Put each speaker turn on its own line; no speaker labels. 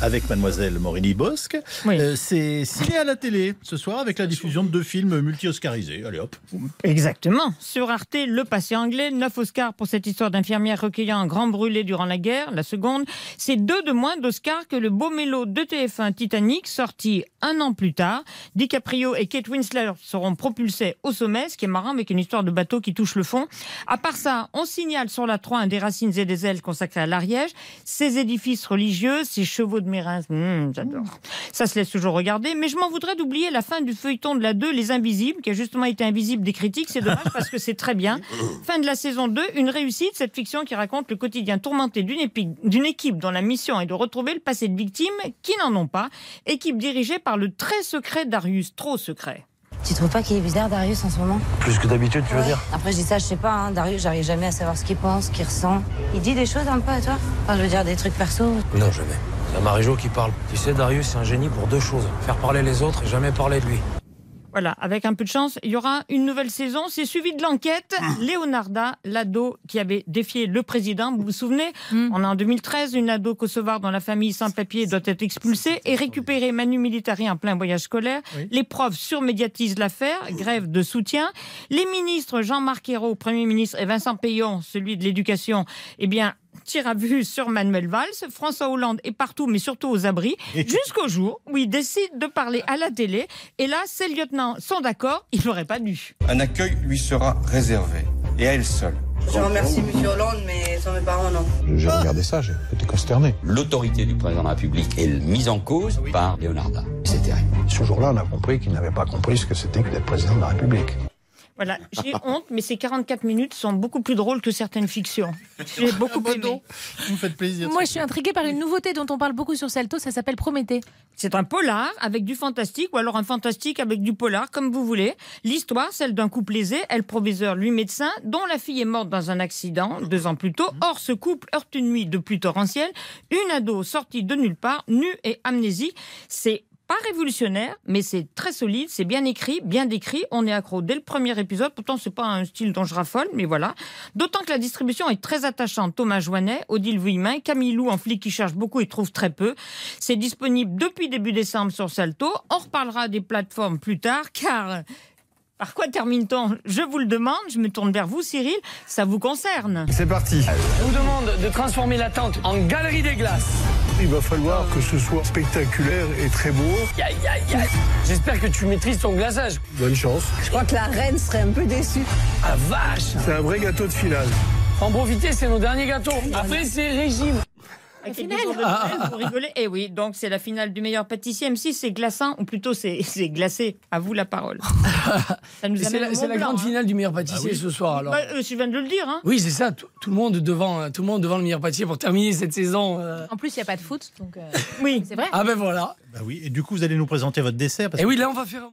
avec mademoiselle Morini Bosque.
Oui.
Euh, c'est s'il est à la télé ce soir avec la diffusion de deux films multi-oscarisés. Allez hop.
Exactement. Sur Arte, Le Patient Anglais, 9 Oscars pour cette histoire d'infirmière recueillant un grand brûlé durant la guerre, la seconde. C'est deux de moins d'Oscars que le beau mélo de TF1 Titanic, sorti un an plus tard. DiCaprio et Kate Winslet seront propulsés au sommet, ce qui est marrant avec une histoire de bateau qui touche le fond. À part ça, on signale sur la 3 un des racines et des ailes consacrées à l'Ariège, ses édifices religieux, ses chevaux de Mérins. Mmh, j'adore. Ça se laisse toujours regarder, mais je m'en voudrais d'oublier la fin du feuilleton de la 2, Les Invisibles, qui a justement été invisible des critiques. C'est dommage parce que c'est très bien. Fin de la saison 2, une réussite, cette fiction qui raconte le quotidien tourmenté d'une épi- d'une équipe dont la mission est de retrouver le passé de victimes qui n'en ont pas. Équipe dirigée par le très secret Darius, trop secret.
Tu trouves pas qu'il est bizarre, Darius, en ce moment
Plus que d'habitude, tu veux
Ouais.
dire
Après, je dis ça, je sais pas, hein, Darius, j'arrive jamais à savoir ce qu'il pense, ce qu'il ressent. Il dit des choses un peu à toi Enfin, je veux dire, des trucs perso.
Non, jamais. C'est Maréjo qui parle. Tu sais, Darius, c'est un génie pour deux choses. Faire parler les autres et jamais parler de lui.
Voilà, avec un peu de chance, il y aura une nouvelle saison. C'est suivi de l'enquête. Leonarda, l'ado qui avait défié le président, vous vous souvenez On est en 2013, une ado kosovare dont la famille sans papier doit être expulsée et récupérer Manu Militari en plein voyage scolaire. Les profs surmédiatisent l'affaire, grève de soutien. Les ministres Jean-Marc Ayrault, Premier ministre, et Vincent Payon, celui de l'éducation, eh bien, tir à vue sur Manuel Valls, François Hollande est partout, mais surtout aux abris, jusqu'au jour où il décide de parler à la télé. Et là, ses lieutenants sont d'accord, il n'aurait pas dû.
Un accueil lui sera réservé, et à elle seule.
Je remercie Monsieur Hollande, mais sans mes parents, non.
J'ai regardé ça, j'étais consterné.
L'autorité du président de la République est mise en cause par Leonarda. C'est terrible.
Ce jour-là, on a compris qu'il n'avait pas compris ce que c'était que d'être président de la République.
Voilà, j'ai honte, mais ces 44 minutes sont beaucoup plus drôles que certaines fictions. J'ai beaucoup
Bah
aimé.
non, vous me faites plaisir.
Moi, je suis intriguée par une nouveauté dont on parle beaucoup sur Salto, ça s'appelle Prométhée.
C'est un polar avec du fantastique, ou alors un fantastique avec du polar, comme vous voulez. L'histoire, celle d'un couple aisé, elle proviseur, lui médecin, dont la fille est morte dans un accident deux ans plus tôt. Or, ce couple heurte une nuit de pluie torrentielle, une ado sortie de nulle part, nue et amnésique. C'est pas révolutionnaire, mais c'est très solide, c'est bien écrit, bien décrit. On est accro dès le premier épisode. Pourtant, c'est pas un style dont je raffole, mais voilà. D'autant que la distribution est très attachante. Thomas Joinet, Odile Vuillemin, Camille Lou, en flic qui cherche beaucoup et trouve très peu. C'est disponible depuis début décembre sur Salto. On reparlera des plateformes plus tard, car par quoi termine-t-on Je vous le demande, je me tourne vers vous, Cyril, ça vous concerne.
C'est parti.
Je vous demande de transformer la tente en galerie des glaces.
Il va falloir que ce soit spectaculaire et très beau.
Aïe, aïe, aïe. J'espère que tu maîtrises ton glaçage.
Bonne chance.
Je crois que la reine serait un peu déçue.
Ah vache
C'est un vrai gâteau de finale.
Faut En profiter, c'est nos derniers gâteaux. Après, c'est régime.
La finale
Ah,
Vous rigolez Eh oui, donc c'est la finale du meilleur pâtissier, même si c'est glaçant, ou plutôt c'est c'est glacé. À vous la parole. ça nous
Et c'est
amène
la,
au
c'est
Mont
la
Blanc,
grande
hein.
finale du meilleur
Ah
pâtissier ce soir alors.
Bah, euh, je viens de le dire, hein.
Oui, c'est ça, tout, tout le monde devant euh, tout le monde devant le meilleur pâtissier pour terminer cette saison. euh.
En plus, il n'y a pas de foot, donc euh,
Oui.
c'est vrai.
Ah ben voilà.
Bah oui, et du coup vous allez nous présenter votre dessert parce
Et oui, là on va faire